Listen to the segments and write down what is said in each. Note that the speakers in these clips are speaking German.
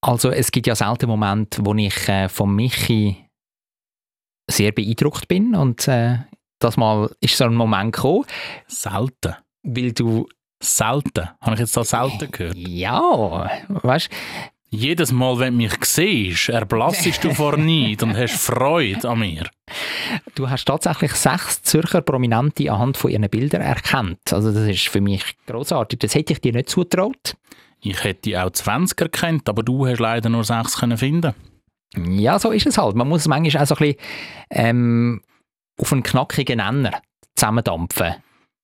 Also es gibt ja selten Momente, wo ich äh, von Michi sehr beeindruckt bin und äh, das mal ist so ein Moment gekommen, Selten. weil du Selten. Habe ich jetzt da selten gehört? ja, weißt, Jedes Mal, wenn du mich siehst, erblassest du vor Neid und hast Freude an mir. du hast tatsächlich sechs Zürcher Prominente anhand von ihren Bildern erkannt. Also das ist für mich großartig. Das hätte ich dir nicht zutraut. Ich hätte auch 20 erkannt, aber du hast leider nur 6 können finden. Ja, so ist es halt. Man muss es manchmal auch so ein bisschen ähm, auf einen knackigen Nenner zusammendampfen.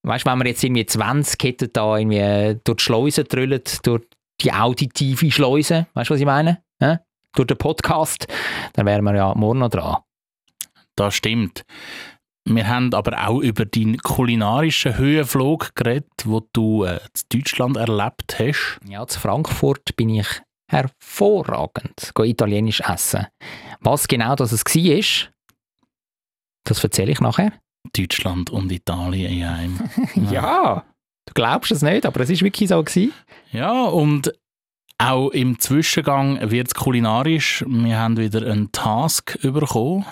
Weißt du, wenn wir jetzt irgendwie 20 hätten, da irgendwie durch die Schleuse drüllt, durch die auditive Schleuse, weißt du, was ich meine? Ja? Durch den Podcast, dann wären wir ja morgen noch dran. Das stimmt. Wir haben aber auch über deinen kulinarischen Höhenflug geredet, wo du äh, in Deutschland erlebt hast. Ja, zu Frankfurt bin ich hervorragend go italienisch essen. Was genau das es war, das erzähle ich nachher. Deutschland und Italien in einem. Ja, du glaubst es nicht, aber es ist wirklich so. Gewesen. Ja, und auch im Zwischengang wird es kulinarisch. Wir haben wieder einen Task bekommen.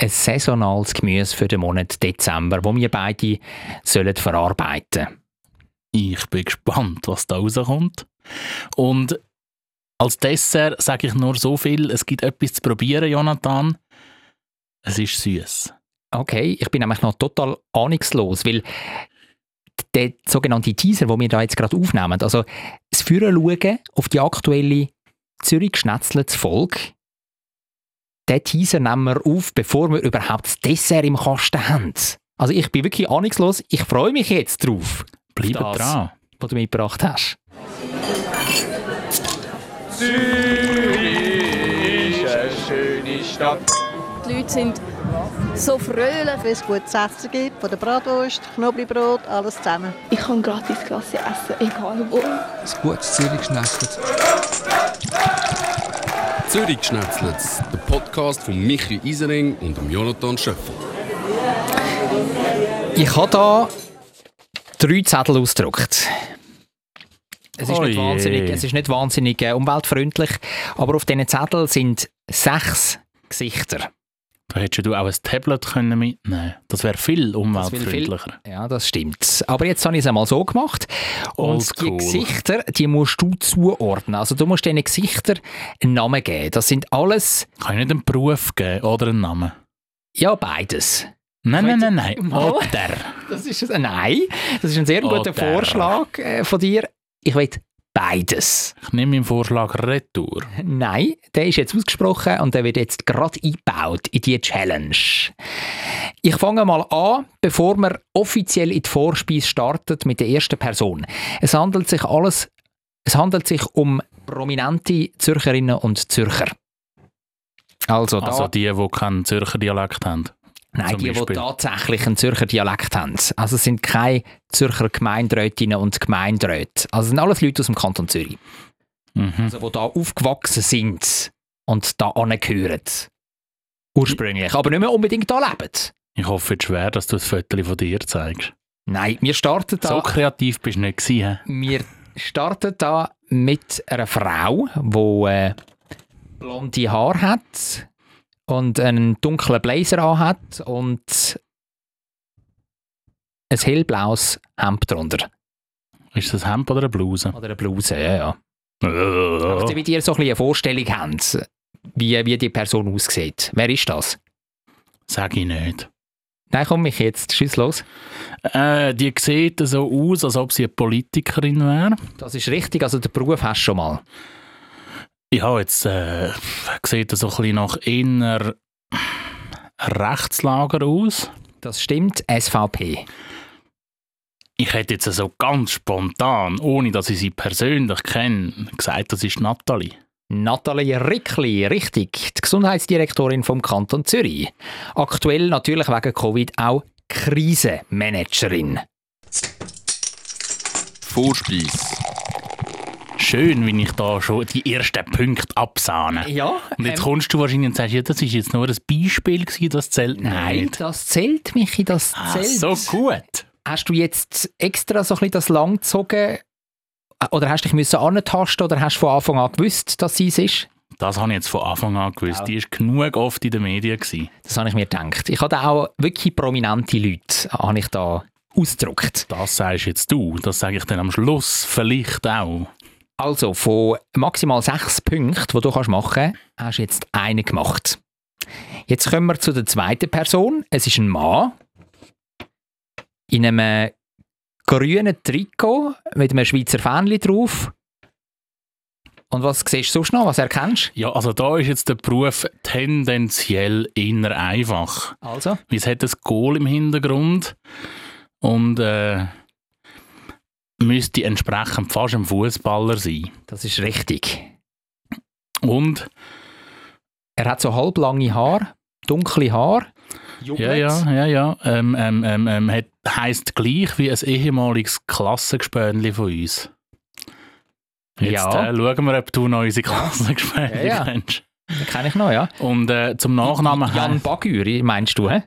ein saisonales Gemüse für den Monat Dezember, wo wir beide sollen verarbeiten Ich bin gespannt, was da rauskommt. Und als Dessert sage ich nur so viel: Es gibt etwas zu probieren, Jonathan. Es ist süß. Okay, ich bin nämlich noch total ahnungslos, weil der sogenannte Teaser, den wir da jetzt gerade aufnehmen, also das Führerschauen auf die aktuelle zürich schnetzlets folge den Teaser nehmen wir auf, bevor wir überhaupt das Dessert im Kasten haben. Also ich bin wirklich ahnungslos, ich freue mich jetzt drauf, Bleibt Das. dran. was du mitgebracht hast. Die Leute sind so fröhlich. Wenn es gutes Essen gibt, von der Bratwurst, Knoblauchbrot, alles zusammen. Ich kann gratis Klasse essen, egal wo. Ein gutes Zürich geschnetzelt. Zürich geschnetzelt. Der Podcast von Michi Isering und dem Jonathan Schöffel. Ich habe da drei Zettel ausgedruckt. Es ist, Oh nicht je. wahnsinnig, es ist nicht wahnsinnig äh, umweltfreundlich, aber auf diesen Zettel sind sechs Gesichter. Da hättest du auch ein Tablet können mitnehmen können. Das wäre viel Das will viel- umweltfreundlicher. Ja, das stimmt. Aber jetzt habe ich es einmal so gemacht. Und die Oldschool. Gesichter, die musst du zuordnen. Also du musst diesen Gesichtern einen Namen geben. Das sind alles, Kann ich nicht einen Beruf geben oder einen Namen? ja, beides. Nein, nein, Könnte- nein, nein. Mal. Oder. Das ist, ein- nein, das ist ein sehr guter Oder. Vorschlag äh, von dir. Ich will beides. Ich nehme meinen Vorschlag Retour. Nein, der ist jetzt ausgesprochen und der wird jetzt gerade eingebaut in die Challenge. Ich fange mal an, bevor wir offiziell in die Vorspeise startet mit der ersten Person. Es handelt sich alles, es handelt sich um prominente Zürcherinnen und Zürcher. Also, da, Also die, die keinen Zürcher Dialekt haben. nein, zum die, die Beispiel. tatsächlich einen Zürcher Dialekt haben. Also es sind keine Zürcher Gemeinderätinnen und Gemeinderäte. Also es sind alles Leute aus dem Kanton Zürich. Mhm. also die da aufgewachsen sind und da angehören. Ursprünglich, aber nicht mehr unbedingt da leben. Ich hoffe jetzt schwer, dass du ein Foto von dir zeigst. Nein, wir starten da, So kreativ bist du nicht gewesen. hä? wir starten da mit einer Frau, die äh, blonde Haare hat und einen dunklen Blazer anhat und ein hellblaues Hemd drunter. Ist das ein Hemd oder eine Bluse? Oder eine Bluse, ja, ja. Äh, Damit ihr so ein bisschen eine Vorstellung habt, wie, wie die Person aussieht. Wer ist das? Sag ich nicht. Nein, komm mich jetzt, schieß los. Äh, die sieht so aus, als ob sie eine Politikerin wäre. Das ist richtig, also den Beruf hast du schon mal. Ja, jetzt äh, sieht so ein bisschen nach inner Rechtslager aus. Das stimmt, SVP. Ich hätte jetzt so ganz spontan, ohne dass ich sie persönlich kenne, gesagt, das ist Nathalie. Nathalie Rickli, richtig, die Gesundheitsdirektorin vom Kanton Zürich. Aktuell natürlich wegen Covid auch Krisenmanagerin. Vorspeis. Schön, wie ich da schon die ersten Punkte absahne. Ja, ähm, Und jetzt kommst du wahrscheinlich und sagst, ja, das ist jetzt nur ein Beispiel gewesen, das zählt nein, nicht. das zählt, Michi, das Ah, zählt. so gut. Hast du jetzt extra so ein bisschen das lang gezogen Äh, Oder hast du dich müssen antasten oder hast du von Anfang an gewusst, dass sie es ist? Das habe ich jetzt von Anfang an gewusst. Die war genug oft in den Medien. Gewesen. Das habe ich mir gedacht. Ich habe da auch wirklich prominente Leute, habe ich da ausgedruckt. Das sagst jetzt du. Das sage ich dann am Schluss vielleicht auch. Also von maximal sechs Punkten, die du kannst machen kannst, hast du jetzt einen gemacht. Jetzt kommen wir zu der zweiten Person. Es ist ein Mann in einem grünen Trikot mit einem Schweizer Fähnchen drauf. Und was siehst du sonst noch? Was erkennst Ja, also da ist jetzt der Beruf tendenziell eher einfach. du? Also? Weil Es hat ein Goal im Hintergrund und äh, müsste entsprechend fast ein Fußballer sein. Das ist richtig. Und Er hat so halblange Haare, dunkle Haare. ja, ja, ja, ja, ähm, ähm, ähm, ähm, hat, heisst gleich wie ein ehemaliges Klassengespönli von uns. Jetzt Ja. äh, schauen wir, ob du noch unsere Klassengespönli Ja, ja. kennst. Den kenne ich noch, ja. Und äh, zum Nachnamen Jan Jan Bagüri, meinst du, hä?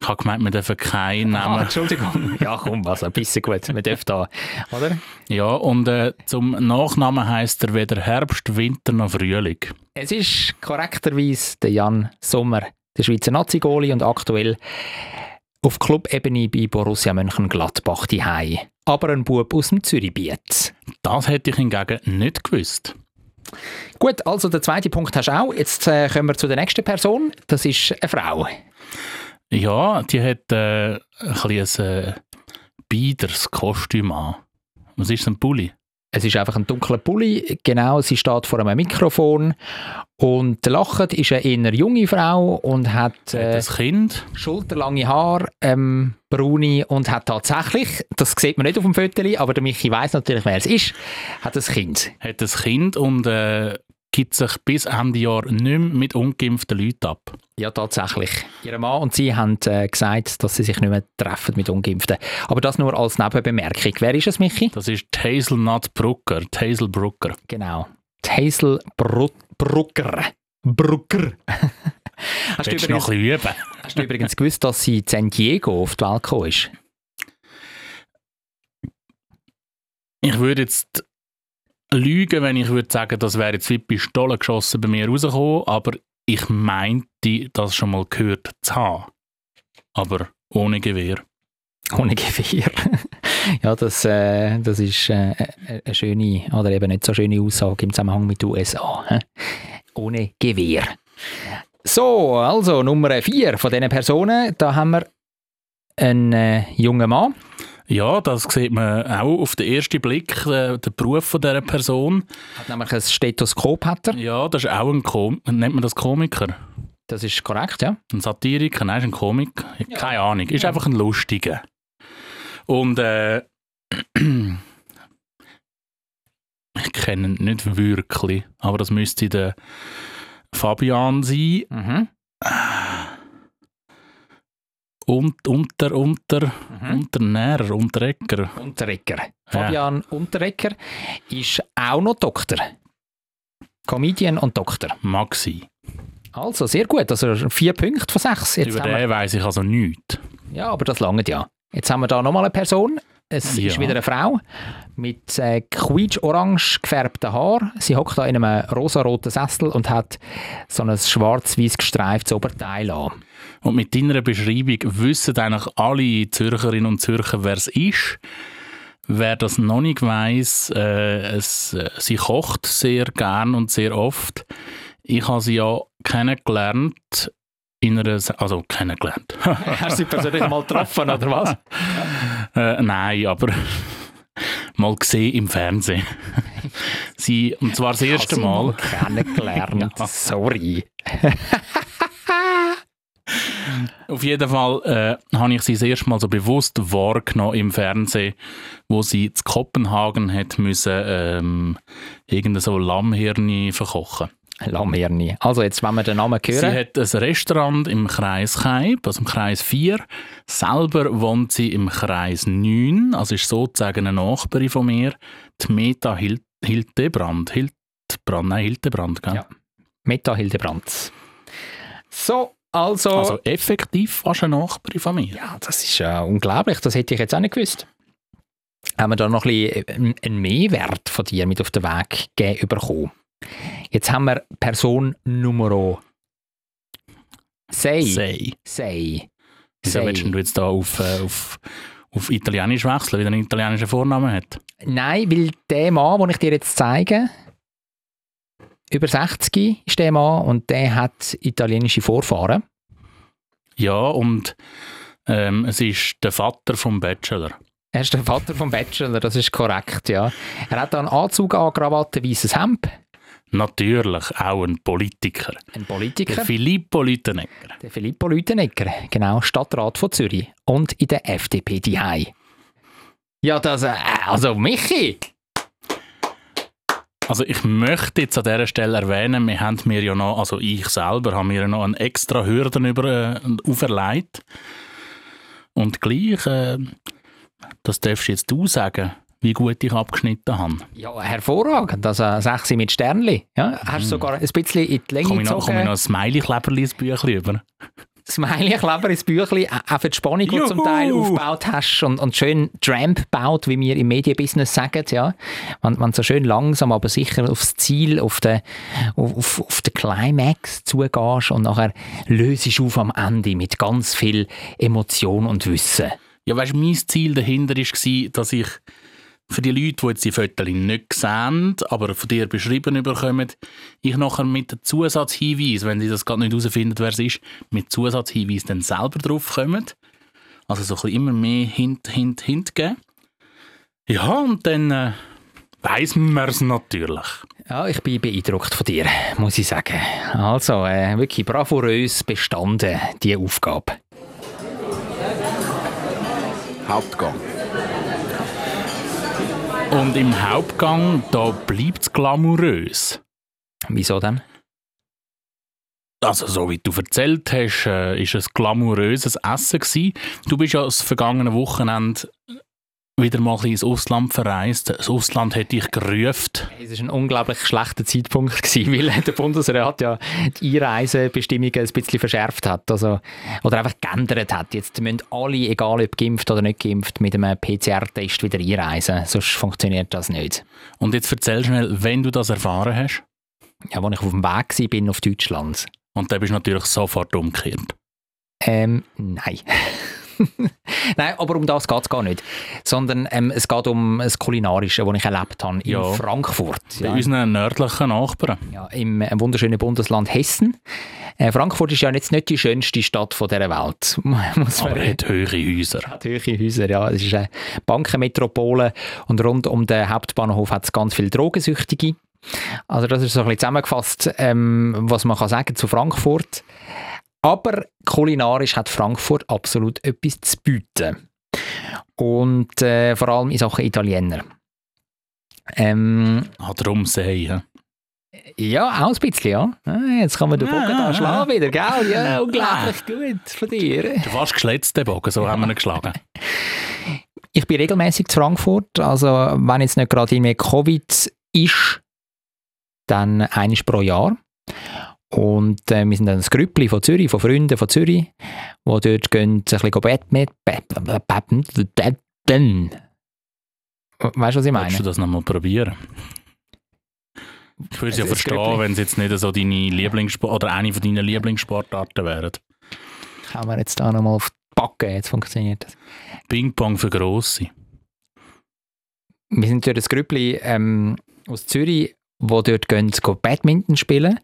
Ich habe gemeint, wir dürfen keinen Ah, Namen. Entschuldigung. Ja, komm, was, ein bisschen gut. Man darf da, oder? Ja, und äh, zum Nachnamen heisst er weder Herbst, Winter noch Frühling. Es ist korrekterweise der Jan Sommer, der Schweizer Nazi-Goli und aktuell auf Clubebene bei Borussia Mönchengladbach Hai. Aber ein Bub aus dem Zürichbiet. Das hätte ich hingegen nicht gewusst. Gut, also den zweiten Punkt hast du auch. Jetzt äh, kommen wir zu der nächsten Person. Das ist eine Frau. Ja, die hat äh, ein bisschen ein äh, biederes Kostüm an. Was ist ein Pulli? Es ist einfach ein dunkler Pulli, genau, sie steht vor einem Mikrofon und lacht, ist eine eher junge Frau und hat Sie hat äh, ein Kind. schulterlange Haare, ähm, braune und hat tatsächlich, das sieht man nicht auf dem Foto, aber der Michi weiß natürlich, wer es ist, hat ein Kind. Hat ein Kind und äh, gibt sich bis Ende Jahr nicht mehr mit ungeimpften Leuten ab. Ja, tatsächlich. Ihr Mann und sie haben äh, gesagt, dass sie sich nicht mehr treffen mit Ungeimpften. Aber das nur als Nebenbemerkung. Wer ist es, Michi? Das ist die Hazelnut Brucker. die Hazel Brucker. Genau. Die Hazel Bru Brucker. Brucker. hast, du Willst du übrigens, noch ein bisschen üben? hast du übrigens gewusst, dass sie in San Diego auf die Welt gekommen ist? Ich würde jetzt lügen, wenn ich würde sagen, das wäre jetzt wie Pistolen geschossen bei mir rausgekommen, aber ich meinte, das schon mal gehört zu haben. Aber ohne Gewehr. Ohne Gewehr. ja, das, äh, das ist äh, äh, eine schöne oder eben nicht so schöne Aussage im Zusammenhang mit den USA. hä? Ohne Gewehr. So, also Nummer vier von diesen Personen. Da haben wir einen äh, jungen Mann. Ja, das sieht man auch auf den ersten Blick, äh, den Beruf von dieser Person. Hat nämlich ein Stethoskop. Hat er. Ja, das ist auch ein Kom nennt man das Komiker? Das ist korrekt, ja. Ein Satiriker? Nein, ist ein Komik. Keine Ahnung, ist einfach ein Lustiger. Und äh, ich kenne ihn nicht wirklich, aber das müsste der Fabian sein. Mhm. Und unter, unter, Mhm. Unternährer, Unterecker. Unterrecker. Fabian Unterrecker ist auch noch Doktor. Comedian und Doktor. Maxi. Also, sehr gut. Also vier Punkte von sechs. Jetzt Über haben wir den weiss ich also nichts. Ja, aber das lange ja. Jetzt haben wir da nochmal eine Person. Es Ja. ist wieder eine Frau mit äh, quietsch-orange gefärbten Haar. Sie hockt da in einem rosaroten Sessel und hat so ein schwarz-weiß gestreiftes Oberteil an. Und mit deiner Beschreibung wissen eigentlich alle Zürcherinnen und Zürcher, wer es ist. Wer das noch nicht weiss, äh, es, äh, sie kocht sehr gern und sehr oft. Ich habe sie ja kennengelernt in einer, Se- also kennengelernt. Hast du sie persönlich mal getroffen, oder was? äh, nein, aber mal gesehen im Fernsehen. sie, und zwar das erste Hast du sie Mal. kennengelernt. Ja. Sorry. Auf jeden Fall äh, habe ich sie das erste Mal so bewusst wahrgenommen im Fernsehen, wo sie zu Kopenhagen hat müssen, ähm, irgendein so Lammhirni verkochen. Lass mir nie. Also, jetzt, wenn wir den Namen hören. Sie hat ein Restaurant im Kreis Keib, also im Kreis 4. Selber wohnt sie im Kreis 9, also ist sozusagen eine Nachbarin von mir, die Meta Hil- Hildebrand. Hildebrand, nein, Hildebrand, gell? Ja. Meta Hildebrandt. So, also. Also effektiv fast eine Nachbarin von mir. Ja, das ist ja unglaublich. Das hätte ich jetzt auch nicht gewusst. haben wir da noch ein bisschen äh, einen Mehrwert von dir mit auf den Weg gegeben bekommen. Jetzt haben wir Person Nummer sei Sei. sei Wieso willst du jetzt da auf, äh, auf, auf Italienisch wechseln, weil er einen italienischen Vornamen hat? Nein, weil der Mann, den ich dir jetzt zeige, über 60 ist der Mann und der hat italienische Vorfahren. Ja, und ähm, es ist der Vater vom Bachelor. Er ist der Vater vom Bachelor, das ist korrekt, ja. Er hat da einen Anzug an, Krawatte, weißes Hemd. Natürlich auch ein Politiker. Ein Der Politiker. Filippo Lütenegger. Der Filippo Lütenegger, genau, Stadtrat von Zürich und in der FDP diehei. Ja, das, äh, also Michi! Also ich möchte jetzt an dieser Stelle erwähnen, wir haben mir ja noch, also ich selber, habe mir ja noch eine extra Hürden über, äh, auferlegt. Und gleich, äh, das darfst jetzt du sagen, wie gut ich abgeschnitten habe. Ja, hervorragend, also 6 mit Sternli. Ja, hast sogar ein bisschen in die Länge Komme Mhm. ich noch, komme ich noch gezogen. ein Smiley-Kleberli ins Büchlein über? Smiley-Kleber ins Büchlein, auch auch für die Spannung, die du zum Juhu! Teil aufgebaut hast und, und schön Tramp baut, wie wir im Medienbusiness sagen, ja. Wenn man so schön langsam, aber sicher aufs Ziel, auf den, auf, auf, auf den Climax zugehst und nachher löst du auf am Ende mit ganz viel Emotion und Wissen. Ja, weißt du, mein Ziel dahinter war, dass ich für die Leute, die jetzt die Fotos nicht sehen, aber von dir beschrieben bekommen, ich nachher mit dem Zusatzhinweis, wenn sie das gerade nicht herausfinden, wer es ist, mit Zusatzhinweis dann selber drauf kommen. Also so ein bisschen immer mehr Hint, Hint, Hint geben. Ja, und dann äh, weiss man es natürlich. Ja, ich bin beeindruckt von dir, muss ich sagen. Also, äh, wirklich bravourös bestanden, die Aufgabe. Hauptgang. Und im Hauptgang, da bleibt es glamourös. Wieso denn? Also, so wie du erzählt hast, äh, ist es glamouröses Essen. Gewesen. Du bist ja das vergangene Wochenende wieder mal ein bisschen ins Ausland verreist. Das Ausland hat dich gerüft. Es war ein unglaublich schlechter Zeitpunkt, gewesen, weil der Bundesrat ja die Einreisebestimmungen ein bisschen verschärft hat. Also, oder einfach geändert hat. Jetzt müssen alle, egal ob geimpft oder nicht geimpft, mit einem PCR-Test wieder einreisen. Sonst funktioniert das nicht. Und jetzt erzähl schnell, wenn du das erfahren hast. Ja, als ich auf dem Weg war, bin auf Deutschland. Und dann bist du natürlich sofort umgekehrt. Ähm, nein. nein, aber um das geht es gar nicht. Sondern ähm, es geht um das Kulinarische, das ich erlebt habe in Ja. Frankfurt. Bei unseren nördlichen Nachbarn. ja, im äh, wunderschönen Bundesland Hessen. Äh, Frankfurt ist ja jetzt nicht die schönste Stadt von dieser Welt. Muss man Aber er hat höhere Häuser. hat hohe Häuser, ja. Es ist eine Bankenmetropole und rund um den Hauptbahnhof hat es ganz viele Drogensüchtige. Also das ist so ein bisschen zusammengefasst, ähm, was man kann sagen zu Frankfurt. Aber kulinarisch hat Frankfurt absolut etwas zu bieten. Und äh, vor allem in Sachen Italiener. Ähm, Ah, darum sehen. ja, auch ein bisschen, ja. Ah, Jetzt kann man den Bogen da schlagen wieder, gell? Ja, unglaublich gut von dir. Du warst geschlätzt, den Bogen, so haben wir ihn geschlagen. Ich bin regelmäßig zu Frankfurt, also wenn jetzt nicht gerade irgendwie Covid ist, dann eines pro Jahr. Und äh, wir sind dann ein Grüppli von Zürich, von Freunden von Zürich, die dort gehen, ein bisschen Badminton. Weißt du, was ich meine? Willst du das nochmal probieren? Ich würde es ja Es ist verstehen, wirklich- wenn es jetzt nicht so deine Lieblingssport oder eine von deinen Lieblingssportarten wären. Kann man jetzt da nochmal auf die Backe, jetzt funktioniert das. Ping-Pong für Grosse. wir sind dort ein Grüppli ähm, aus Zürich, wo dort gehen, go Badminton spielen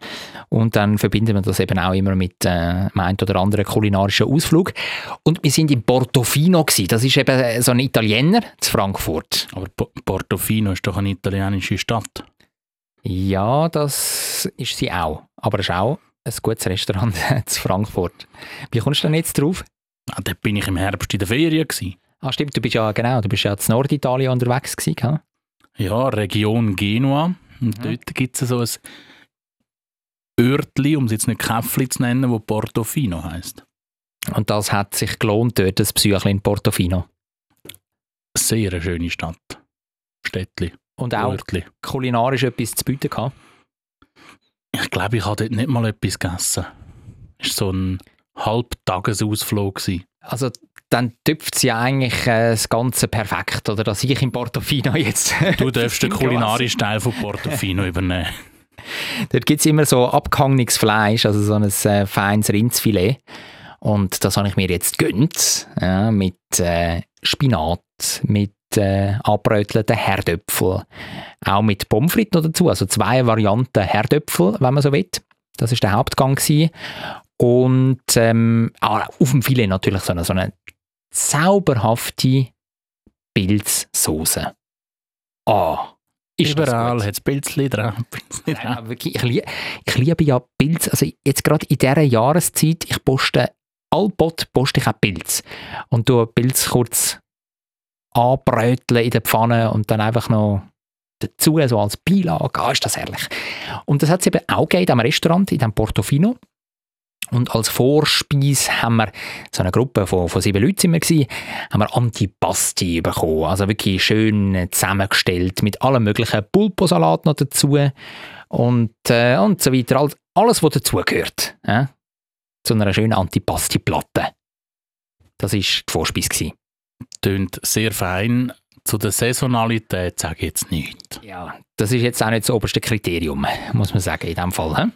und dann verbinden wir das eben auch immer mit äh, einem oder anderen kulinarischen Ausflug. Und wir sind in Portofino gsi. Das ist eben äh, so ein Italiener zu Frankfurt. Aber Po- Portofino ist doch eine italienische Stadt. Ja, das ist sie auch. Aber es ist auch ein gutes Restaurant zu Frankfurt. Wie kommst du denn jetzt drauf? Ah, dort bin ich im Herbst in der Ferien. Gewesen. Ah, stimmt, du bist ja genau, du bist ja in Norditalien unterwegs gewesen, gell? Ja, Region Genua. Und dort gibt es so ein Örtli, um es jetzt nicht Käffli zu nennen, wo Portofino heisst. Und das hat sich gelohnt dort, das Psychli in Portofino. Sehr eine schöne Stadt. Städtli, Und auch Örtli. kulinarisch etwas zu bieten gehabt. Ich glaube, ich habe dort nicht mal etwas gegessen. Es war so ein Halbtagesausflug. gewesen. Also dann tüpft sie eigentlich äh, das Ganze perfekt. Oder dass ich in Portofino jetzt. Du darfst den kulinarischen Teil von Portofino übernehmen. Dort gibt es immer so abgehangenes Fleisch, also so ein äh, feines Rindsfilet. Und das habe ich mir jetzt gönnt ja, mit äh, Spinat, mit äh, anbrötelten Herdöpfel, auch mit Pommes frites noch dazu. Also zwei Varianten Herdöpfel, wenn man so will. Das ist der Hauptgang gewesen. und ähm, ah, auf dem Filet natürlich so eine, so eine zauberhafte Pilzsoße. Ah, ist das gut. Überall hat es Pilzli dran. Pilzli Nein, dran. aber wirklich, ich, lieb, ich liebe ja Pilze. Also jetzt gerade in dieser Jahreszeit, ich poste allbot poste ich auch Pilze. Und du Pilz kurz anbröteln in der Pfanne und dann einfach noch dazu, so als Beilage. Ah, ist das herrlich. Und das hat es eben auch gegeben am Restaurant in dem Portofino. Und als Vorspeis haben wir, so eine Gruppe von, von sieben Leuten sind wir gewesen, haben wir Antipasti bekommen. Also wirklich schön äh, zusammengestellt mit allem möglichen Pulposalat noch dazu und, äh, und so weiter. Alles, alles was dazugehört. Äh? Zu einer schönen Antipasti-Platte. Das war die Vorspeise. Gewesen. Tönt sehr fein. Zu der Saisonalität sage ich jetzt nichts. Ja, das ist jetzt auch nicht das oberste Kriterium, muss man sagen, in dem Fall. He?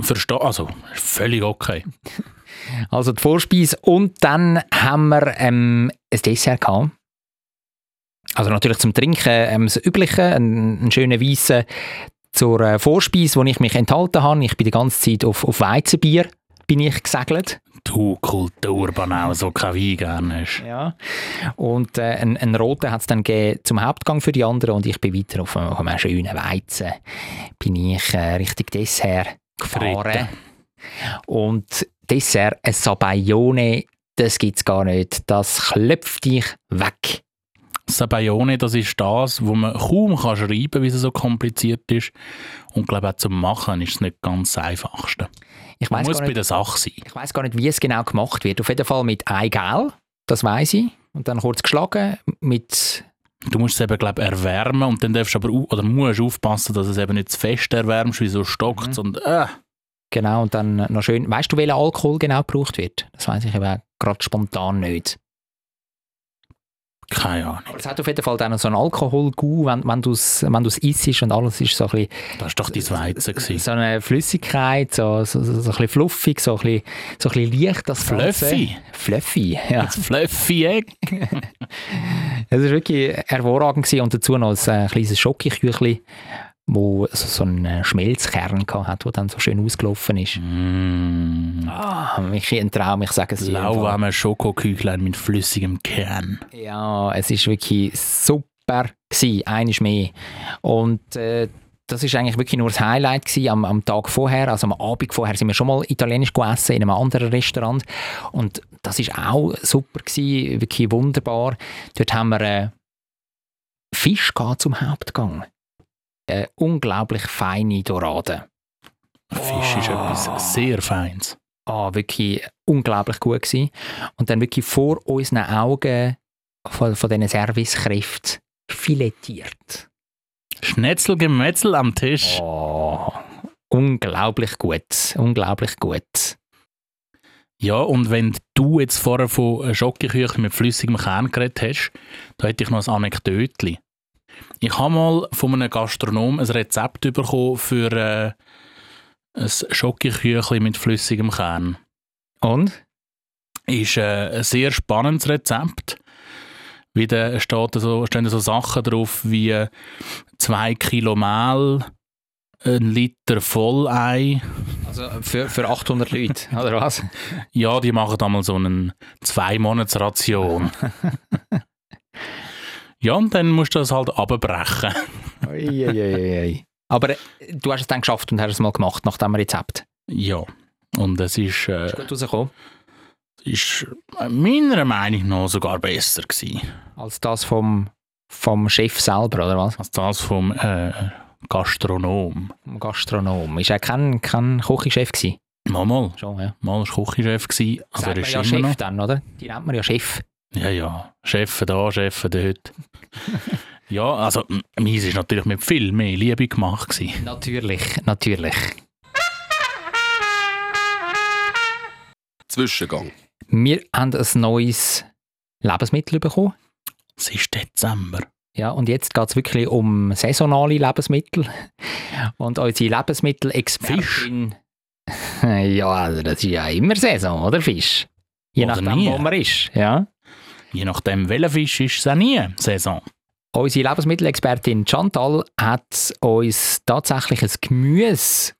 Verstehe, also ist völlig okay. Also die Vorspeise und dann haben wir ähm, ein Dessert gehabt. Also natürlich zum Trinken ähm, das Übliche, einen, einen schönen Weissen zur äh, Vorspeise, wo ich mich enthalten habe. Ich bin die ganze Zeit auf, auf Weizenbier bin ich gesegelt. Du Kulturbanau, so kein Wein gerne hast. Ja. Und äh, einen, einen roten hat es dann gegeben zum Hauptgang für die anderen und ich bin weiter auf, einem- auf einem schönen Weizen bin ich äh, Richtung Dessert gefahren. Fritten. Und Dessert, ein Sabayone, das gibt es gar nicht. Das klopft dich weg. Sabayone, das ist das, wo man kaum kann schreiben kann, weil es so kompliziert ist. Und ich glaube auch zum Machen ist es nicht ganz das Einfachste. Ich Man weiß muss gar, bei nicht- der Sache sein. ich weiss gar nicht, wie es genau gemacht wird. Auf jeden Fall mit Eigel, das weiß ich. Und dann kurz geschlagen mit... Du musst es eben, glaube ich, erwärmen und dann darfst du aber au- oder musst aufpassen, dass es eben nicht zu fest erwärmst, wie so stockt und äh, Genau, und dann noch schön... Weißt du, welcher Alkohol genau gebraucht wird? Das weiß ich eben gerade spontan nicht. keine Ahnung. Aber es hat auf jeden Fall dann so einen Alkoholgau, wenn, wenn du es wenn du's isst und alles ist so ein Das war doch dein Weizen. bisschen, gewesen. so eine Flüssigkeit, so, so, so, so ein bisschen fluffig, so ein bisschen, so ein bisschen leicht. Das Ganze. Fluffy? Fluffy, ja. Das fluffy Egg. Es war wirklich hervorragend gewesen. und dazu noch ein äh, kleines Schokoküchli, wo so, so einen äh, Schmelzkern gehabt hat, der dann so schön ausgelaufen Mhm. ist. Mm. Ah, mich ein Traum, ich sage es jeden Fall. Lauwarme Schokoküchlein mit flüssigem Kern. Ja, es ist wirklich super gsi, eines mehr. Und äh, das ist eigentlich wirklich nur das Highlight gsi am, am Tag vorher, also am Abend vorher sind wir schon mal italienisch gegessen in einem anderen Restaurant und das ist auch super gsi, wirklich wunderbar. Dort haben wir äh, Fisch gehabt zum Hauptgang. Äh, unglaublich feine Dorade. Fisch Oh. ist etwas sehr Feins. ah, wirklich unglaublich gut gewesen. Und dann wirklich vor unseren Augen von, von diesen Servicekräften filettiert. Schnetzelgemetzel am Tisch. Oh, unglaublich gut, unglaublich gut. Ja, und wenn du jetzt vorher von Schokoküchlein mit flüssigem Kern geredet hast, da hätte ich noch ein Anekdötchen. Ich habe mal von einem Gastronom ein Rezept bekommen für äh, ein Schokoküchlein mit flüssigem Kern. Und? ist äh, ein sehr spannendes Rezept. Wie da steht so, stehen so Sachen drauf wie äh, zwei Kilo Mehl, ein Liter Vollei. Also für, für 800 Leute, oder was? Ja, die machen da mal so eine Zwei-Monats-Ration. ja, und dann musst du das halt abbrechen. Aber äh, du hast es dann geschafft und hast es mal gemacht nach dem Rezept. ja. Und es ist, äh, Ist gut rausgekommen. ist meiner Meinung nach sogar besser gewesen Als das vom, vom Chef selber, oder was? als das vom äh, Gastronom. Vom Gastronom. Ist er kein, kein Küchenchef gewesen? Mal, mal. Schon, ja. mal war Küchenchef. gewesen, Also Sagt man er ist ja immer Chef noch. dann, oder? Die nennt man ja Chef. Ja, ja. Chef da, Chef dort. ja, also m- meins war natürlich mit viel mehr Liebe gemacht. Gewesen. Natürlich, natürlich. Zwischengang. Wir haben ein neues Lebensmittel bekommen. Es ist Dezember. Ja, und jetzt geht es wirklich um saisonale Lebensmittel. Und unsere Lebensmittelexpertin. ja, also das ist ja immer Saison, oder Fisch? Je Oder nachdem, nie. wo man ist. Ja. Je nachdem, welcher Fisch ist es auch nie Saison. Unsere Lebensmittelexpertin Chantal hat uns tatsächlich ein Gemüse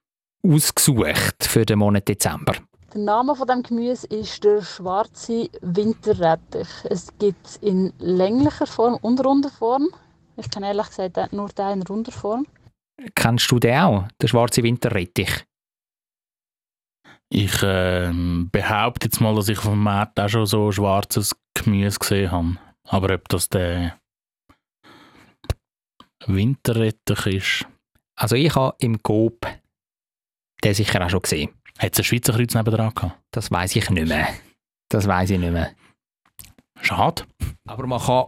ausgesucht für den Monat Dezember. Der Name von dem Gemüse ist der schwarze Winterrettich. Es gibt es in länglicher Form und runder Form. Ich kenne ehrlich gesagt den- nur den in runder Form. Kennst du den auch, den schwarzen Winterrettich? Ich ähm, behaupte jetzt mal, dass ich vom Markt auch schon so schwarzes Gemüse gesehen habe. Aber ob das der Winterrettich ist, Also ich habe im Coop den sicher auch schon gesehen. hat es ein Schweizer Kreuz nebendran gehabt. Das weiß ich nicht mehr. Das weiß ich nicht mehr. Schade. Aber man kann,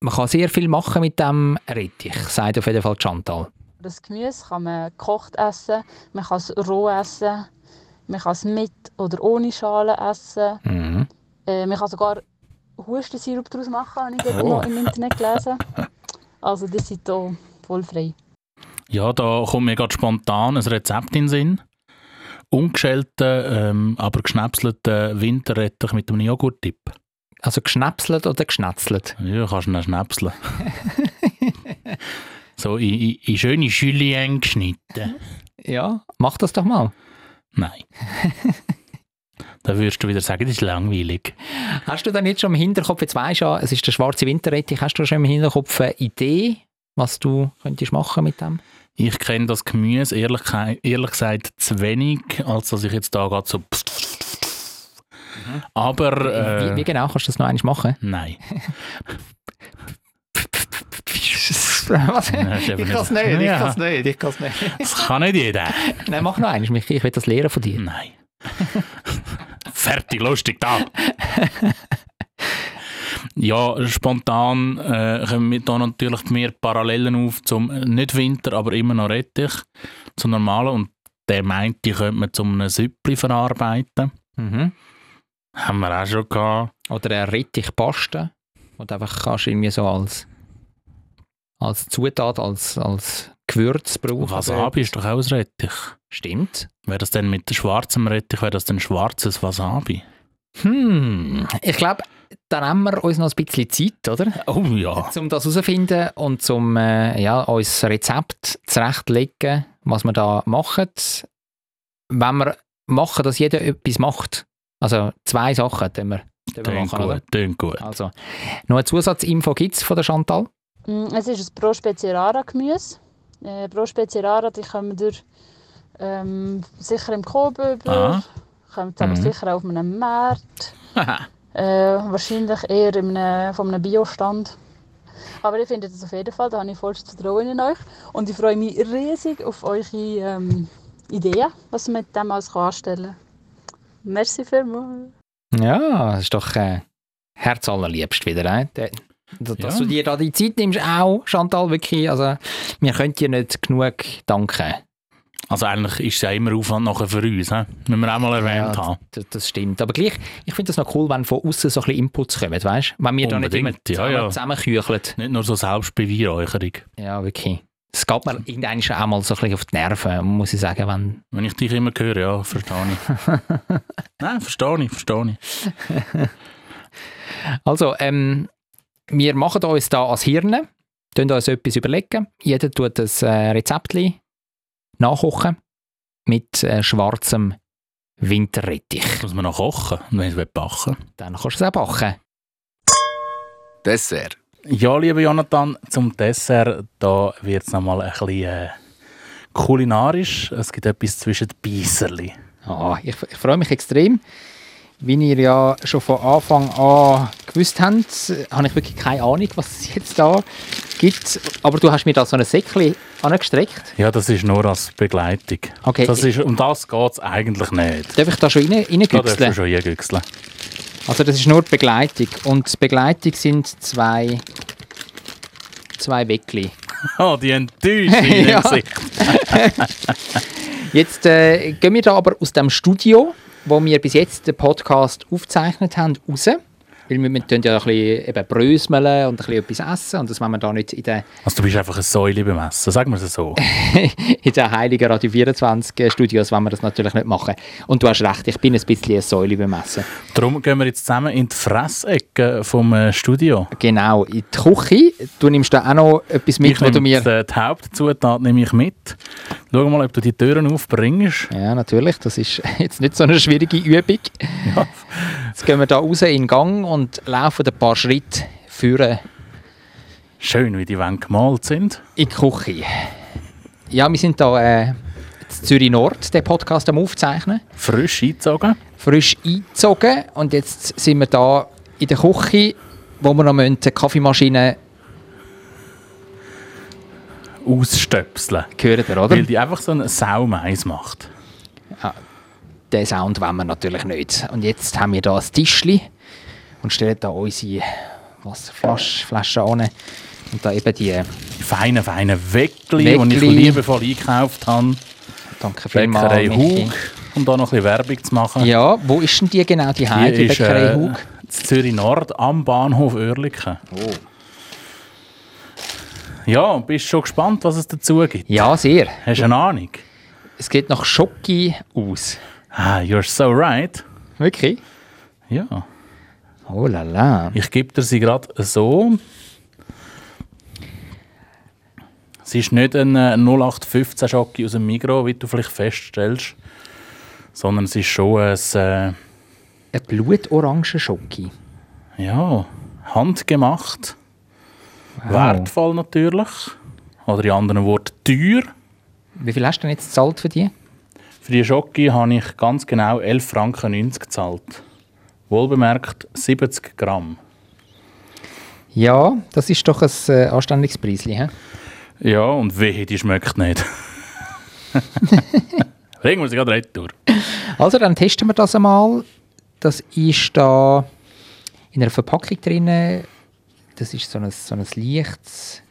man kann sehr viel machen mit dem Rettich, sagt auf jeden Fall Chantal. Das Gemüse kann man gekocht essen, man kann es roh essen, man kann es mit oder ohne Schale essen. Mhm. Äh, man kann sogar Hustensirup daraus machen, habe ich dort Oh. mal im Internet gelesen. Also die sind hier voll frei. Ja, da kommt mir gerade spontan ein Rezept in den Sinn. Ungeschälten, ähm, aber geschnäpselten Winterrettich mit einem Joghurt-Tipp. Also geschnäpselt oder geschnetzelt. Ja, kannst du ihn auch schnäpseln. so in, in, in schöne Julienne geschnitten. Ja, mach das doch mal. Nein. da würdest du wieder sagen, das ist langweilig. Hast du dann jetzt schon im Hinterkopf, jetzt weisst du ja, es ist der schwarze Winterrettich, hast du schon im Hinterkopf eine Idee, was du könntest machen mit dem? Ich kenne das Gemüse ehrlich, ge- ehrlich gesagt zu wenig, als dass ich jetzt da gerade so. Aber. Mhm. wie, Äh, wie genau kannst du das noch einmal machen? nein. was? Nein, ist eben nicht- Ja. nicht, ich kann es nicht. Das kann nicht jeder. Nein, mach noch eins, Michi, ich will das lernen von dir. Nein. Fertig, lustig, da. ja, spontan äh, kommen mir da natürlich mehr Parallelen auf zum, äh, nicht Winter, aber immer noch Rettich, zum normalen. Und der meint, die könnte man zum einem Süppli verarbeiten. Mhm. Haben wir auch schon gehabt. Oder eine Rettichpaste, wo du einfach kannst irgendwie so als, als Zutat, als, als Gewürz brauchen. Also, Wasabi ist doch auch ein Rettich. Stimmt. Wäre das denn mit schwarzem Rettich, wäre das denn schwarzes Wasabi? Hm, ich glaube, da nehmen wir uns noch ein bisschen Zeit, oder? Oh ja. Um das herauszufinden und um äh, ja, uns Rezept zurechtlegen, was wir da machen. Wenn wir machen, dass jeder etwas macht. Also zwei Sachen, die wir, die wir Tönt machen, gut, oder? tönt gut. Also, noch eine Zusatzinfo gibt es von der Chantal. Mm, Es ist ein Prospezierara-Gemüse. Äh, Prospezierara, die kommen durch, ähm, sicher im Kobe Aha. über, kommen aber Mhm. sicher auch auf einem Markt, Haha. äh, wahrscheinlich eher in einem, von einem Biostand. Aber ich finde das auf jeden Fall, da habe ich vollstes Vertrauen in euch und ich freue mich riesig auf eure ähm, Ideen, was man mit dem alles kann anstellen kann. Merci vielmals. Ja, das ist doch äh, herzallerliebst wieder. Äh? Der- Dass Ja. dass du dir da die Zeit nimmst, auch, Chantal, wirklich. Also, wir können dir nicht genug danken. Also eigentlich ist es ja immer Aufwand nachher für uns, he? müssen wir auch mal erwähnt haben. Das, das stimmt. Aber gleich, ich finde das noch cool, wenn von außen so ein bisschen Inputs kommen, weißt du? Wenn wir da nicht immer Unbedingt, ja, ja. zusammenkücheln. Nicht nur so Selbstbeweihräucherung. Ja, wirklich. Es geht mir irgendwann schon auch mal so ein bisschen auf die Nerven, muss ich sagen, wenn... Wenn ich dich immer höre, ja, verstehe ich. Nein, verstehe ich, verstehe ich. Also, ähm, wir machen uns da als Hirne, tun uns etwas überlegen. Jeder tut ein äh, Rezeptli nachkochen mit äh, schwarzem Winterrettich. Muss man noch kochen, wenn ich es backen will. Dann kannst du es auch backen. Dessert. Ja, lieber Jonathan, zum Dessert, da wird es nochmal ein bisschen äh, kulinarisch. Es gibt etwas zwischen den Beisserli. Ah, ich, ich freue mich extrem. Wie ihr ja schon von Anfang an gewusst habt, äh, habe ich wirklich keine Ahnung, was es jetzt da gibt. Aber du hast mir da so ein Säckchen angestreckt. Ja, das ist nur als Begleitung. Okay. Das ist, um das geht es eigentlich nicht. Darf ich da schon rein, Da darfst du reingüchseln? schon hingüchseln. Also das ist nur die Begleitung. Und die Begleitung sind zwei, zwei Weckli. Oh, die Enttäuschung Also, in Ja. dem Gesicht. Jetzt äh, gehen wir da aber aus dem Studio, wo wir bis jetzt den Podcast aufgezeichnet haben, raus. Weil wir, wir tun ja ein bisschen eben bröseln und ein bisschen etwas essen und das wollen wir da nicht in der, Also du bist einfach eine Säule beim Essen, sagen wir es so. in der heiligen Radio 24 Studios wollen wir das natürlich nicht machen. Und du hast recht, ich bin ein bisschen eine Säule beim Essen. Darum gehen wir jetzt zusammen in die Fressecke vom äh, Studio. Genau, in die Küche, du nimmst da auch noch etwas mit, ich wo du nehme mir... jetzt, äh, die Hauptzutat nehme ich mit. Schau mal, ob du die Türen aufbringst. Ja, natürlich. Das ist jetzt nicht so eine schwierige Übung. Jetzt gehen wir da raus in den Gang und laufen ein paar Schritte führen Schön, wie die Wände gemalt sind. in die Küche. Ja, wir sind da äh, in Zürich Nord, den Podcast am Aufzeichnen. Frisch eingezogen. Frisch eingezogen und jetzt sind wir da in der Küche, wo wir noch müssen, die Kaffeemaschine Ausstöpseln. hören, wir, oder? Weil die einfach so einen Saumais macht. Den Sound wollen wir natürlich nicht. Und jetzt haben wir da ein Tischli und stellen da unsere Wasserflasche Flasche an. Und da eben die, Die feinen, feinen Weckli, die ich Weckli. liebevoll eingekauft habe. danke vielmals, Bäckerei Michi. Hug, um da noch ein bisschen Werbung zu machen. Ja, wo ist denn die genau, die Heide, die Bäckerei äh, Hug? Oh. in Zürich Nord am Bahnhof Oerlikon. Ja, bist schon gespannt, was es dazu gibt? Ja, sehr. Hast du eine Ahnung? Es geht nach Schoki aus. Ah, you're so right. Wirklich? Ja, Oh la la. ich gebe dir sie gerade so. Es ist nicht ein äh, 0815 Schocke aus dem Migros, wie du vielleicht feststellst, sondern es ist schon ein äh, Ein blutorange Schoki. ja, handgemacht, wertvoll natürlich, oder in anderen Worten teuer. Wie viel hast du denn jetzt gezahlt für die? Für die Schocke habe ich ganz genau 11,90 Franken gezahlt. Wohlbemerkt 70 Gramm. Ja, das ist doch ein äh, anständiges Preisli. hä? Ja, und wehe, die schmeckt nicht. Regen wir sie gerade retour. Also, dann testen wir das einmal. Das ist da in einer Verpackung drin. Das ist so ein, so ein leichtes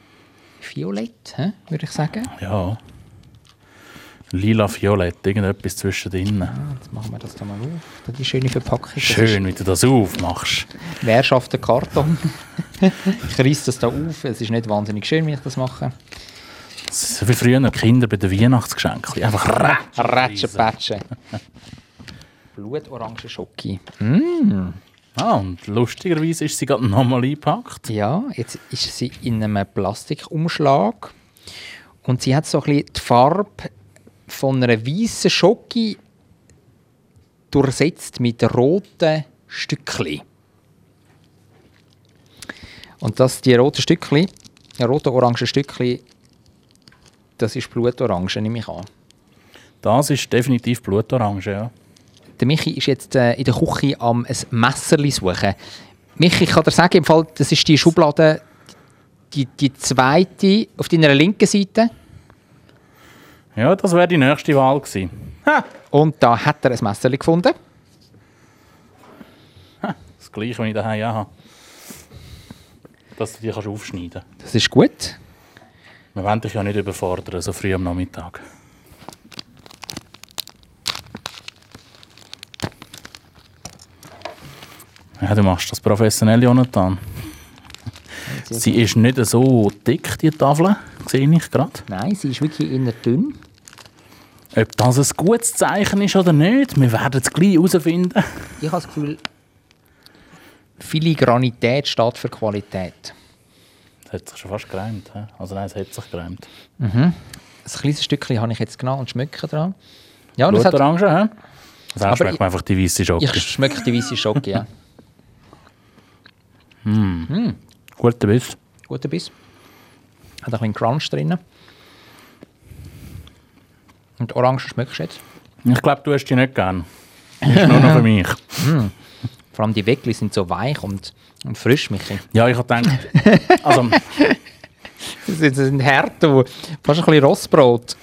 Violett, hä, würde ich sagen. Ja. Lila, violett, irgendetwas zwischendrin. Jetzt machen wir das da mal auf. Da die schöne Verpackung. Das ist- Schön, wie du das aufmachst. Wer schafft den Karton? ich reiß das da auf. Es ist nicht wahnsinnig schön, wenn ich das mache. Das ist so wie früher die Kinder bei den Weihnachtsgeschenken. Einfach rätsch. Rätschen, Pätschen. Blutorange Schoki. Ah, und lustigerweise ist sie gerade nochmal eingepackt. Ja, jetzt ist sie in einem Plastikumschlag. Und sie hat so ein bisschen die Farbe von einer weißen Schoki durchsetzt mit roten Stückchen. Und das, die roten Stückchen, die roten orangen Stückchen, das ist Blutorange, nehme ich an. Das ist definitiv Blutorange, ja. Der Michi ist jetzt äh, in der Küche am ein Messerli suchen. Michi, ich kann dir sagen, im Fall, das ist die Schublade, die, die zweite auf deiner linken Seite. Ja, das wäre die nächste Wahl gewesen. Und da hat er ein Messerli gefunden. Das gleiche, wenn ich daheim auch habe. Dass du die kannst aufschneiden kannst. Das ist gut. Wir wollen dich ja nicht überfordern, so früh am Nachmittag. Ja, du machst das professionell, Jonathan. Sie ist nicht so dick, die Tafel, sehe ich gerade. Nein, sie ist wirklich eher dünn. Ob das ein gutes Zeichen ist oder nicht, wir werden es gleich herausfinden. Ich habe das Gefühl, Filigranität steht für Qualität. Das hat sich schon fast gereimt. hä? Also nein, es hat sich gereimt. Ein kleines Stückchen habe ich jetzt genommen und schmecke dran. Ja, das hat, Blutorange, hä? Das schmeckt ich- mir einfach die weiße Schocke. ich schmecke die weiße Schoki. Ja. Guter Biss. Guter Biss. Hat ein bisschen Crunch drin. Und die Orange schmeckst du jetzt. Ich glaube, du hast die nicht gern. Ist nur noch für mich. Vor allem die Weckli sind so weich und, und frisch, Michi. Ja, ich habe gedacht, also Sie sind- sie sind hart, du. fast ein bisschen Rostbrot.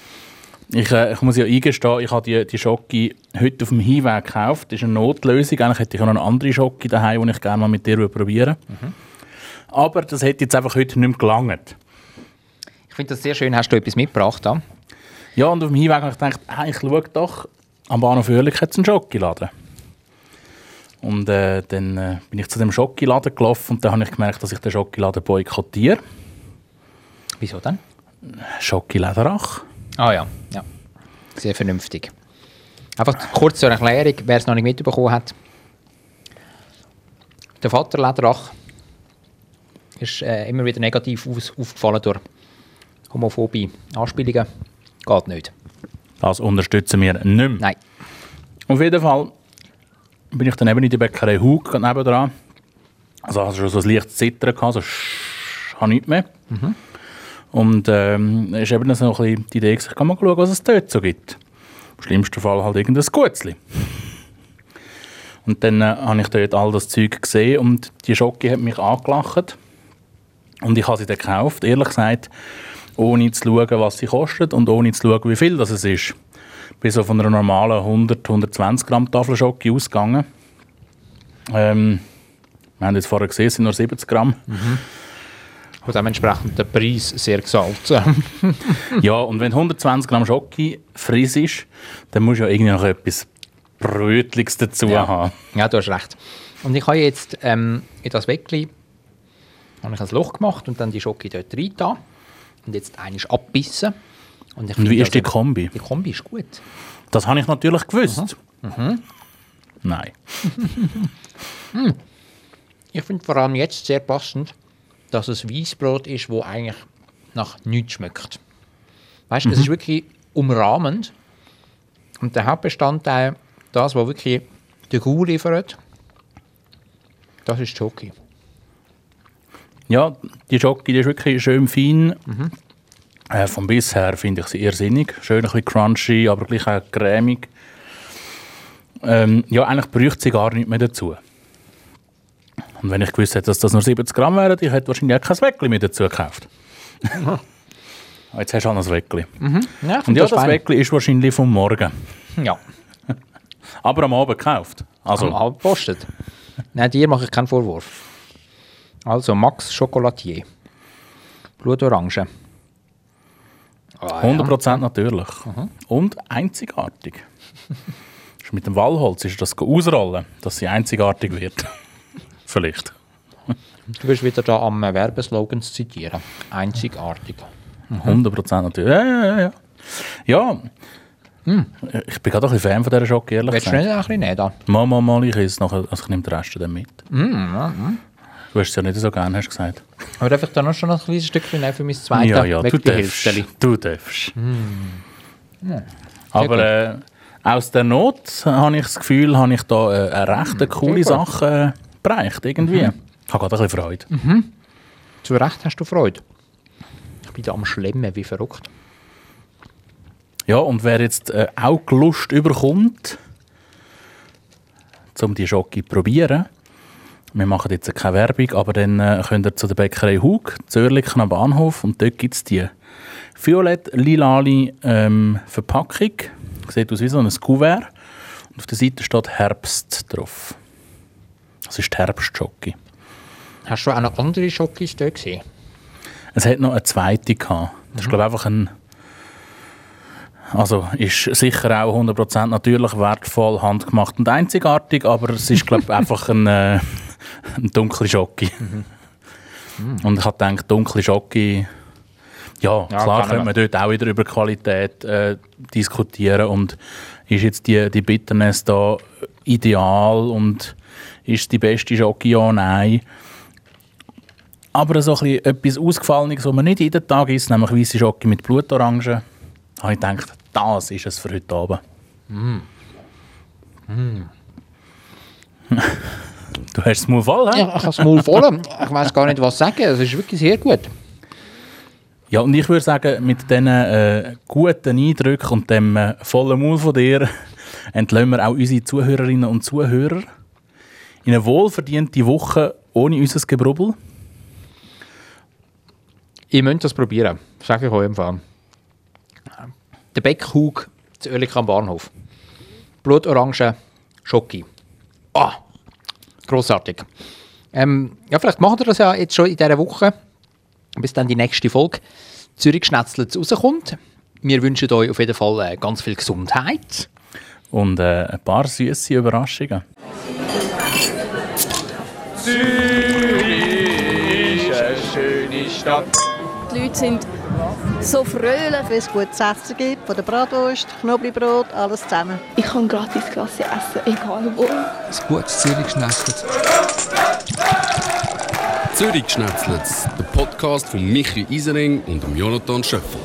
ich, äh, ich muss ja eingestehen, ich habe die, die Schocke heute auf dem Heimweg gekauft. Das ist eine Notlösung. Eigentlich hätte ich auch noch eine andere Schocke daheim, die ich gerne mal mit dir probieren würde. Mhm. Aber das hätte jetzt einfach heute nicht mehr gelangt. Ich finde das sehr schön, hast du etwas mitgebracht. Da. Ja, und auf dem Heimweg habe ich gedacht, ah, ich schaue doch, am Bahnhof Oerlikon hat es einen Schocke-Laden. Und äh, dann äh, bin ich zu dem Schokoladen gelaufen und dann habe ich gemerkt, dass ich den Schokoladen boykottiere. Wieso dann? Schokoladerach. Ah ja, ja. Sehr vernünftig. Einfach kurz zur Erklärung, wer es noch nicht mitbekommen hat. Der Vater Lederach ist äh, immer wieder negativ aus, aufgefallen durch homophobe Anspielungen. Geht nicht. Das unterstützen wir nicht mehr. Nein. Auf jeden Fall bin ich dann eben in der Bäckerei Hug gerade nebendran. Also hatte schon so ein leichtes Zittern, gehabt, so «Sch- habe nichts mehr. Und ähm, es ist eben so ein bisschen die Idee, gewesen, ich kann mal schauen, was es dort so gibt. Im schlimmsten Fall halt irgendein Gutzli. Und dann äh, habe ich dort all das Zeug gesehen und die Schocke hat mich angelacht. Und ich habe sie dann gekauft, ehrlich gesagt, ohne zu schauen, was sie kostet und ohne zu schauen, wie viel das es ist bin so von einer normalen 100, 120 Gramm Tafel Schoki ausgegangen. Ähm, wir haben jetzt vorher gesehen, es sind nur 70 Gramm. Und dementsprechend der Preis sehr gesalzen. ja, und wenn du 120 Gramm Schoki friss ist, dann musst du ja irgendwie noch etwas Brötliches dazu Ja. haben. ja, du hast recht. Und ich habe jetzt ähm, in das Weckli habe ich ein Loch gemacht und dann die Schocke dort rein da und jetzt einisch abbissen. Und, ich Und finde wie das ist die eben- Kombi? Die Kombi ist gut. Das habe ich natürlich gewusst. Mhm. Nein. Ich finde vor allem jetzt sehr passend, dass es Weißbrot ist, wo eigentlich nach nichts schmeckt. Weißt du, es ist wirklich umrahmend. Und der Hauptbestandteil, das, was wirklich den Gau liefert, das ist Schoki. Ja, die Schoki die ist wirklich schön fein. Äh, vom Biss her finde ich sie irrsinnig. Schön ein bisschen crunchy, aber gleich auch cremig. Ähm, ja, eigentlich bräuchte sie gar nicht mehr dazu. Und wenn ich gewusst hätte, dass das nur 70 Gramm wären, ich hätte wahrscheinlich auch kein Weckli mehr dazu gekauft. Ah, Jetzt hast du auch noch ein Weckli. Ja, Und ja, Mhm, das Weckli ist wahrscheinlich vom Morgen. Ja, Aber am Abend gekauft. Also, am Abend postet. Nein, dir mache ich keinen Vorwurf. Also Max Chocolatier. Blutorange. Ah, 100% natürlich. Und einzigartig. Ist mit dem Wallholz ist das ausrollen, dass sie einzigartig wird. Vielleicht. Du bist wieder da am äh, Werbeslogans zitieren. Einzigartig. 100% Mhm. natürlich. Ja, ja, ja. Ja, ja. ich bin gerade ein bisschen Fan von dieser Schocke, ehrlich Hm. Willst du nicht gesagt. noch ein bisschen nehmen? da? Mal, mal, mal, ich esse nachher, also ich nehme den Rest dann mit. Hm, Du hast es ja nicht so gerne, hast du gesagt. Aber darf ich da noch schon noch ein kleines Stückchen nehmen für mein zweites ja, ja, du Weckli-Hilfsteli? darfst. Du darfst. Hm. Aber äh, aus der Not äh, habe ich das Gefühl, habe ich da äh, eine recht coole Hm, sehr gut. Mhm. Sache äh, bereicht, irgendwie. Ich habe gerade ein bisschen Freude. Zu Recht hast du Freude. Ich bin da am Schlemmen wie verrückt. Ja, und wer jetzt äh, auch die Lust überkommt, um die Schocke zu probieren, wir machen jetzt keine Werbung, aber dann äh, könnt ihr zu der Bäckerei Hug, Zürich am Bahnhof, und dort gibt es die violett-lilale ähm, Verpackung. Sieht aus wie so ein Kuvert. Und auf der Seite steht Herbst drauf. Das ist die Herbstschocke. Hast du auch noch andere Schokis da gesehen? Es hat noch eine zweite gehabt. Das ist, glaube ich, einfach ein. Also ist sicher auch 100% natürlich wertvoll, handgemacht und einzigartig, aber es ist, glaube ich, einfach ein, äh, ein dunkler Schocke. Und ich habe gedacht, dunkle Schocke. Ja, klar kann könnte man dort auch wieder über Qualität äh, diskutieren und ist jetzt die, die Bitterness da ideal und ist die beste Schocke, ja, nein. Aber so ein bisschen etwas Ausgefallenes, was man nicht jeden Tag isst, nämlich weiße Schocke mit Blutorangen, habe ich gedacht, das ist es für heute Abend. Mm. du hast es mal voll, hä? Ja, ich habe es mal voll. Ich weiß gar nicht, was sagen. Es ist wirklich sehr gut. Ja, und ich würde sagen, mit diesen äh, guten Eindrücken und dem äh, vollen Mund von dir entlassen wir auch unsere Zuhörerinnen und Zuhörer in eine wohlverdiente Woche ohne unser Gebrubbel. Ihr müsst das probieren. Sag ich euch im Fall. Der Beckhug zu Oerlikon am Bahnhof. Blutorange, Schoki. Ah, grossartig. Ähm, ja, vielleicht machen wir das ja jetzt schon in dieser Woche, bis dann die nächste Folge Zürich Schnetzlitz rauskommt. Wir wünschen euch auf jeden Fall äh, ganz viel Gesundheit. Und äh, ein paar süße Überraschungen. Zürich ist eine schöne Stadt. Die Leute sind so fröhlich. Wenn es gutes Essen gibt, von der Bratwurst, Knoblauchbrot, alles zusammen. Ich kann gratis Klasse essen, egal wo. Ein gutes Zürichschnetzlitz. Zürich Schnetzlitz, der Podcast von Michi Isering und dem Jonathan Schöffel.